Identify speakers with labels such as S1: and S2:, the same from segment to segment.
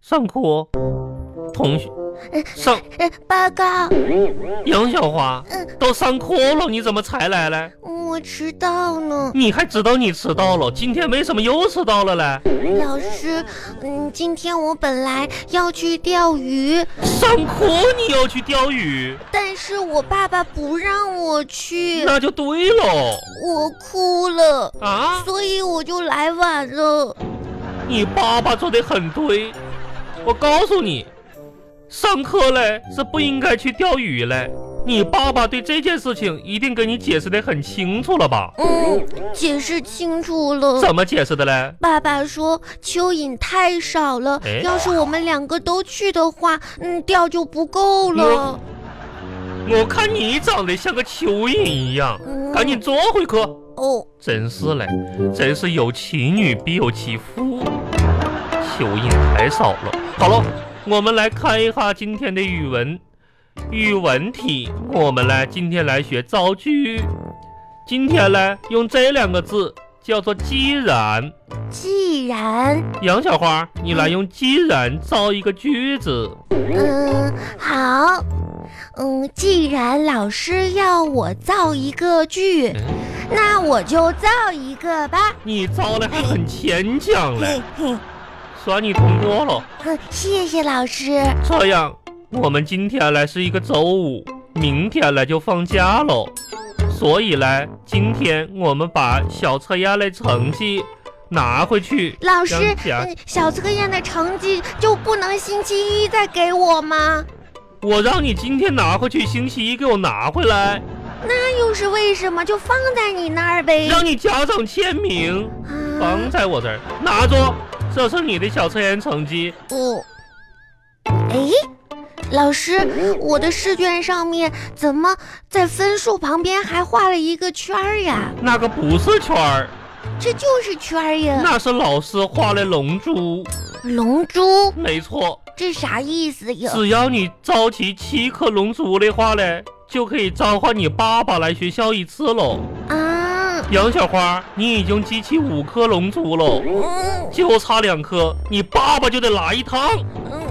S1: 上课哦。同学，上
S2: 哎，嗯报告，
S1: 杨小花，都上课了，你怎么才来嘞？
S2: 嗯我迟到了。
S1: 你还知道你迟到了？今天为什么又迟到了嘞？
S2: 老师，嗯，今天我本来要去钓鱼，
S1: 上课你要去钓鱼，
S2: 但是我爸爸不让我去，
S1: 那就对喽。
S2: 我哭了，
S1: 啊，
S2: 所以我就来晚了。
S1: 你爸爸做的很对，我告诉你，上课嘞是不应该去钓鱼嘞。你爸爸对这件事情一定给你解释的很清楚了吧？
S2: 嗯，解释清楚了。
S1: 怎么解释的嘞？
S2: 爸爸说蚯蚓太少了
S1: 哎，
S2: 要是我们两个都去的话，嗯，钓就不够了。
S1: 我看你长得像个蚯蚓一样，
S2: 嗯
S1: 赶紧坐回去。
S2: 哦，
S1: 真是嘞，真是有其女必有其夫，蚯蚓太少了。好了，我们来看一下今天的语文，语文题，我们来今天来学造句。今天呢，用这两个字叫做“既然
S2: 既然，”。
S1: 杨小花，你来用“既然”造一个句子。
S2: 嗯，好，嗯，既然老师要我造一个句，那我就造一个吧。
S1: 你造的还很牵强嘞，
S2: 嘿嘿，
S1: 算你通过了。
S2: 嗯谢谢老师。
S1: 这样，我们今天来是一个周五，明天来就放假喽。所以来，今天我们把小测验的成绩拿回去。
S2: 老师
S1: 杨，姐
S2: 嗯小测验的成绩就不能星期一再给我吗？
S1: 我让你今天拿回去，星期一给我拿回来，
S2: 那又是为什么？就放在你那儿呗。
S1: 让你家长签名，
S2: 啊，
S1: 放在我这儿，拿着，这是你的小测验成绩。
S2: 哦，哎，老师，我的试卷上面怎么在分数旁边还画了一个圈儿呀？
S1: 那个不是圈儿，
S2: 这就是圈儿呀。
S1: 那是老师画的龙珠，
S2: 龙珠，
S1: 没错。
S2: 这啥意思呀？
S1: 只要你召集七颗龙珠的话嘞，就可以召唤你爸爸来学校一次喽。
S2: 啊，
S1: 杨小花，你已经集齐五颗龙珠喽，
S2: 嗯
S1: 就差两颗，你爸爸就得来一趟。
S2: 嗯，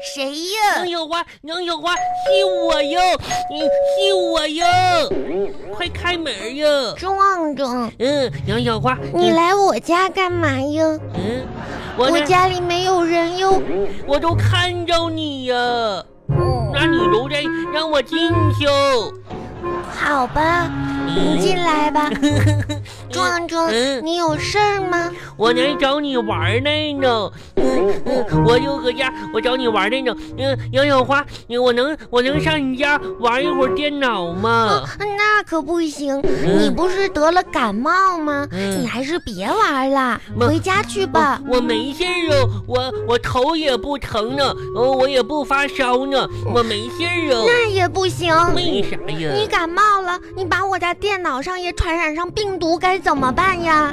S2: 谁呀
S3: 杨？小花，杨小花，是我哟，嗯，是我哟，快开门哟！
S2: 壮壮，
S3: 嗯，杨小花，
S2: 你来我家干嘛呀？
S3: 嗯，我
S2: 我
S3: 呢，
S2: 家里没有人哟。
S3: 我都看着你呀，
S2: 嗯，
S3: 那你都得让我进去。哦
S2: 好吧，你进来 吧。壮壮，
S3: 嗯
S2: 你有事儿吗？
S3: 我来找你玩来呢，嗯嗯，我就搁家，我找你玩来呢。嗯，杨小花，你我能我能上你家玩一会儿电脑吗？
S2: 那可不行，你不是得了感冒吗？
S3: 嗯
S2: 你还是别玩了，
S3: 妈
S2: 回家去吧。
S3: 啊我没事儿哦，我我头也不疼呢，哦，我也不发烧呢，我没事儿哦。
S2: 那也不行，
S3: 为啥
S2: 你
S3: 呀？
S2: 感冒了，你把我家电脑上也传染上病毒，该怎么办呀？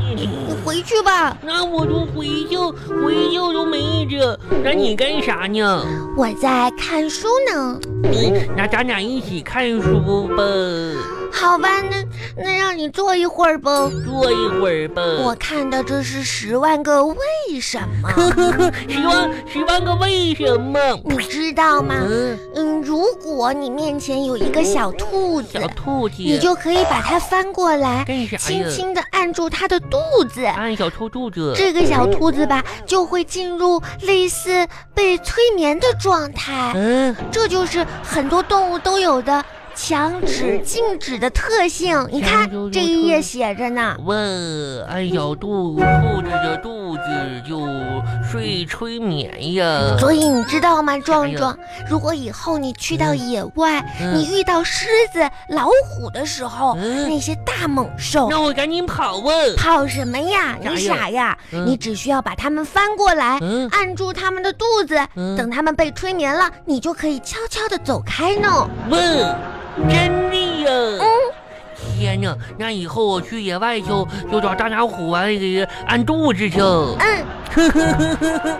S3: 嗯
S2: 你回去吧，
S3: 那我都回就回就都没这，那你干啥呢？
S2: 我在看书呢。
S3: 嗯那咱俩一起看书吧，
S2: 好吧，那那让你坐一会儿吧。
S3: 坐一会儿吧。
S2: 我看的这是《十万个为什么》，
S3: 呵呵呵，十万十万个为什么？
S2: 你知道吗？
S3: 嗯，
S2: 嗯，如果你面前有一个小兔子
S3: 哦小，兔子，哎
S2: 你就可以把它翻过来，
S3: 干啥呀？
S2: 轻轻地按住它的肚子，
S3: 按小臭兔子。
S2: 这个小兔子吧就会进入类似被催眠的状态，
S3: 嗯，嗯
S2: 这就是很多动物都有的强止静止的特性。你看
S3: 强制
S2: 这一页写着呢，
S3: 问按
S2: 嗯
S3: 小肚兔子的肚子就睡催眠呀。
S2: 所以你知道吗，壮
S3: 呀
S2: 壮？如果以后你去到野外，
S3: 哎嗯
S2: 你遇到狮子、老虎的时候，
S3: 嗯
S2: 那些大猛兽。
S3: 那我赶紧跑啊！
S2: 跑什么呀？
S3: 啥
S2: 你
S3: 呀
S2: 傻呀？
S3: 哎嗯
S2: 你只需要把它们翻过来，
S3: 嗯
S2: 按住它们的肚子，
S3: 嗯
S2: 等它们被催眠了，你就可以悄悄地走开呢。嗯
S3: 问，真的呀？天呐，那以后我去野外就就找大老虎啊，给按肚子去。
S2: 嗯，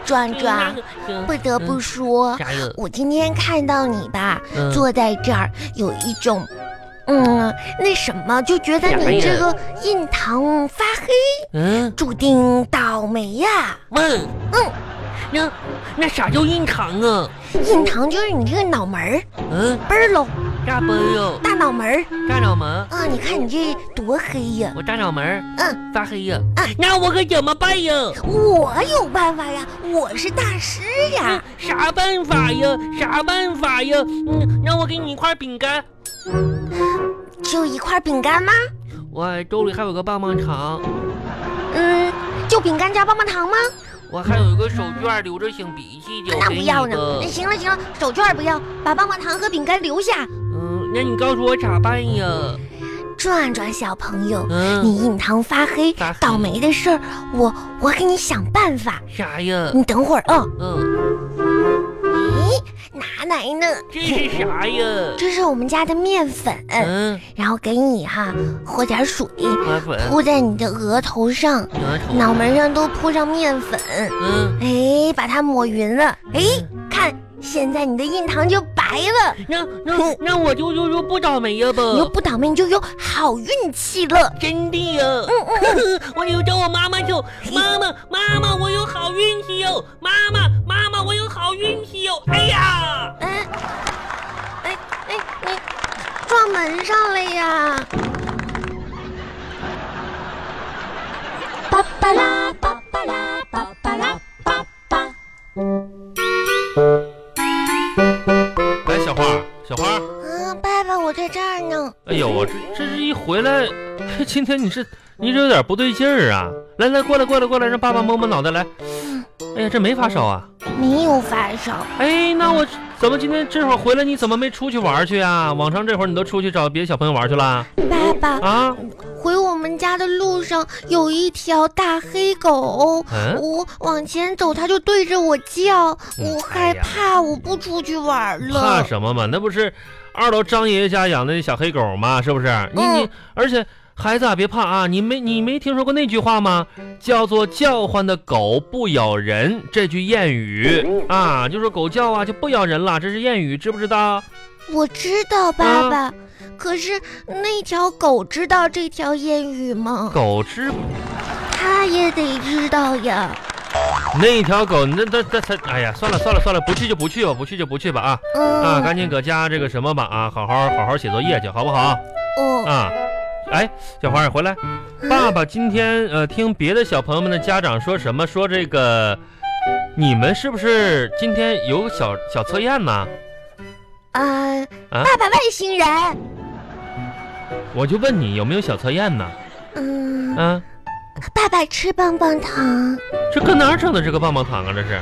S2: 壮壮，
S3: 嗯
S2: 不得不说，
S3: 啥呀？
S2: 我今天看到你吧，
S3: 嗯
S2: 坐在这儿有一种，嗯，那什么，就觉得你这个印堂发黑，
S3: 嗯，
S2: 注定倒霉呀、
S3: 问，嗯，那那啥叫印堂啊？
S2: 印堂就是你这个脑门儿，
S3: 嗯，
S2: 嘣儿喽，
S3: 大背哟，
S2: 大脑门儿
S3: 大脑门，
S2: 啊！你看你这多黑呀、
S3: 我大脑门
S2: 嗯，
S3: 发黑呀，那我可怎么办呀？
S2: 我有办法呀，我是大师呀！
S3: 嗯啥办法呀？啥办法呀？嗯，那我给你一块饼干，嗯
S2: 就一块饼干吗？
S3: 我兜里还有个棒棒糖，
S2: 嗯，就饼干加棒棒糖吗？
S3: 我还有一个手绢留着擤鼻涕的，我
S2: 那
S3: 给
S2: 哎不
S3: 你
S2: 要呢。
S3: 个
S2: 那。行了行了，手绢儿不要，把棒棒糖和饼干留下。
S3: 嗯，那你告诉我咋办呀？
S2: 转转小朋友，
S3: 嗯，
S2: 你印堂发黑
S3: 发黑
S2: 倒霉的事儿，我我给你想办法。
S3: 啥呀？
S2: 你等会儿啊、哦，
S3: 嗯，
S2: 咦，拿来呢？
S3: 这是啥呀？
S2: 这是我们家的面粉，
S3: 嗯，
S2: 然后给你哈，喝点水，
S3: 花粉，
S2: 铺在你的额头上，
S3: 额头，
S2: 脑门上都铺上面粉，
S3: 嗯，
S2: 哎，把它抹匀了，哎，看现在你的印堂就白了，
S3: 那那
S2: 嗯
S3: 那我就就就不倒霉呀吧？
S2: 你就不倒霉，你就有好运气了。嗯
S3: 真的呀， 我得找我妈妈去。妈妈，妈妈，我有好运气哟！妈妈，妈妈，我有好运气哟！哎呀，
S2: 哎，哎哎，你撞门上了呀！巴巴拉巴巴拉巴巴拉巴巴。
S1: 哎，小花儿，小花儿，
S2: 啊，爸爸，我在这儿呢。
S1: 哎呦，我这这是一回来，今天你这你这有点不对劲儿啊！来来，过来过来过来，让爸爸摸摸脑袋来。哎呀，这没发烧啊！
S2: 没有发烧，
S1: 哎，那我怎么今天这会儿回来，你怎么没出去玩儿去啊？往常这会儿你都出去找别的小朋友玩儿去了
S2: 爸爸。
S1: 啊？
S2: 回我们家的路上有一条大黑狗，
S1: 嗯，
S2: 我往前走，它就对着我叫，
S1: 嗯
S2: 我
S1: 哎
S2: 害
S1: 呀
S2: 怕，我不出去玩
S1: 怕
S2: 了。
S1: 什么嘛？那不是二楼张爷爷家养的那小黑狗吗？是不是？你你，而且孩子啊，别怕啊！你没你没听说过那句话吗？叫做“叫唤的狗不咬人”这句谚语啊，就说狗叫啊就不咬人了，这是谚语，知不知道？
S2: 我知道
S1: 嗯
S2: 爸爸，可是那条狗知道这条谚语吗？
S1: 狗知
S2: 它也得知道呀。
S1: 那条狗，那那那才，哎呀，算了算了算了，不去就不去吧，不去就不去吧啊
S2: 嗯，
S1: 啊！赶紧搁家这个什么吧啊，好好好好写作业去，好不好？
S2: 哦，嗯
S1: 啊，哎，小花儿回来，爸爸今天呃听别的小朋友们的家长说什么，说这个你们是不是今天有小小测验呢？
S2: 啊，
S1: 啊
S2: 爸爸外星人，
S1: 我就问你有没有小测验呢？
S2: 嗯，
S1: 啊，
S2: 爸爸吃棒棒糖，
S1: 这搁哪儿整的这个棒棒糖啊？这是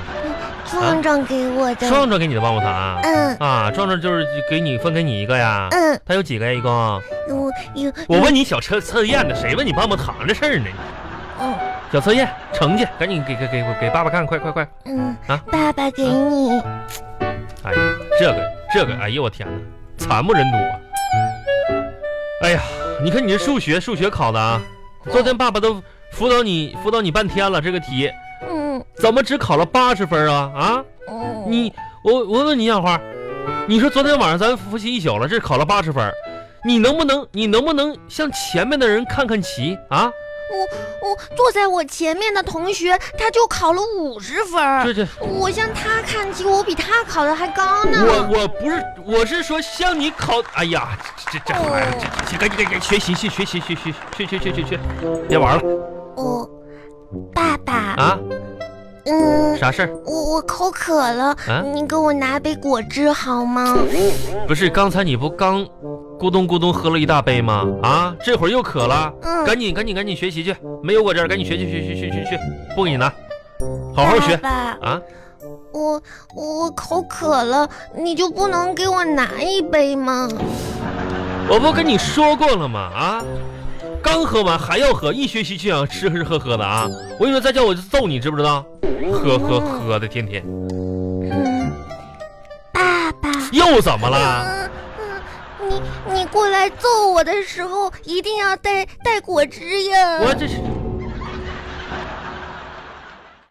S2: 壮壮给我的。
S1: 壮壮给你的棒棒糖啊？
S2: 嗯
S1: 啊，壮壮就是给你分给你一个呀？
S2: 嗯，
S1: 他有几个呀？一共？
S2: 我有
S1: 我问你小测测验呢，谁问你棒棒糖这事儿呢？
S2: 嗯
S1: 小测验成绩，赶紧给给给给爸爸看，快快快！
S2: 嗯
S1: 啊，
S2: 爸爸给你，
S1: 哎呀，这个这个，哎呦我天哪，惨不忍睹啊！哎呀，你看你这数学数学考的啊，昨天爸爸都辅导你辅导你半天了，这个题
S2: 嗯
S1: 怎么只考了八十分啊啊！
S2: 嗯，
S1: 你我我问你小花，你说昨天晚上咱复习一宿了，这考了八十分，你能不能你能不能向前面的人看看齐啊？
S2: 我哦坐在我前面的同学，他就考了五十分儿，
S1: 这这
S2: 我向他看齐，我比他考的还高呢。
S1: 我我不是我是说向你考，哎呀，这这这孩子，这这赶紧赶紧学习去学习去学去去去去去，别玩了。
S2: 哦，爸爸，
S1: 啊，
S2: 嗯，
S1: 啥事儿？
S2: 我我口渴了，
S1: 啊
S2: 你给我拿杯果汁好吗？
S1: 不是刚才你不刚咕咚咕咚喝了一大杯吗？啊，这会儿又渴了，
S2: 嗯
S1: 赶紧赶紧赶紧学习去，没有我这儿，赶紧学去学去去去去，不给你拿，好好学
S2: 爸爸，
S1: 啊！
S2: 我我口渴了，你就不能给我拿一杯吗？
S1: 我不跟你说过了吗？啊，刚喝完还要喝，一学习就想吃吃喝喝的啊！我跟你说，再叫我就揍你，知不知道？喝喝喝的，天天
S2: 嗯，爸爸，
S1: 又怎么了？
S2: 嗯嗯，你你过来揍我的时候一定要带带果汁呀！
S1: 我这是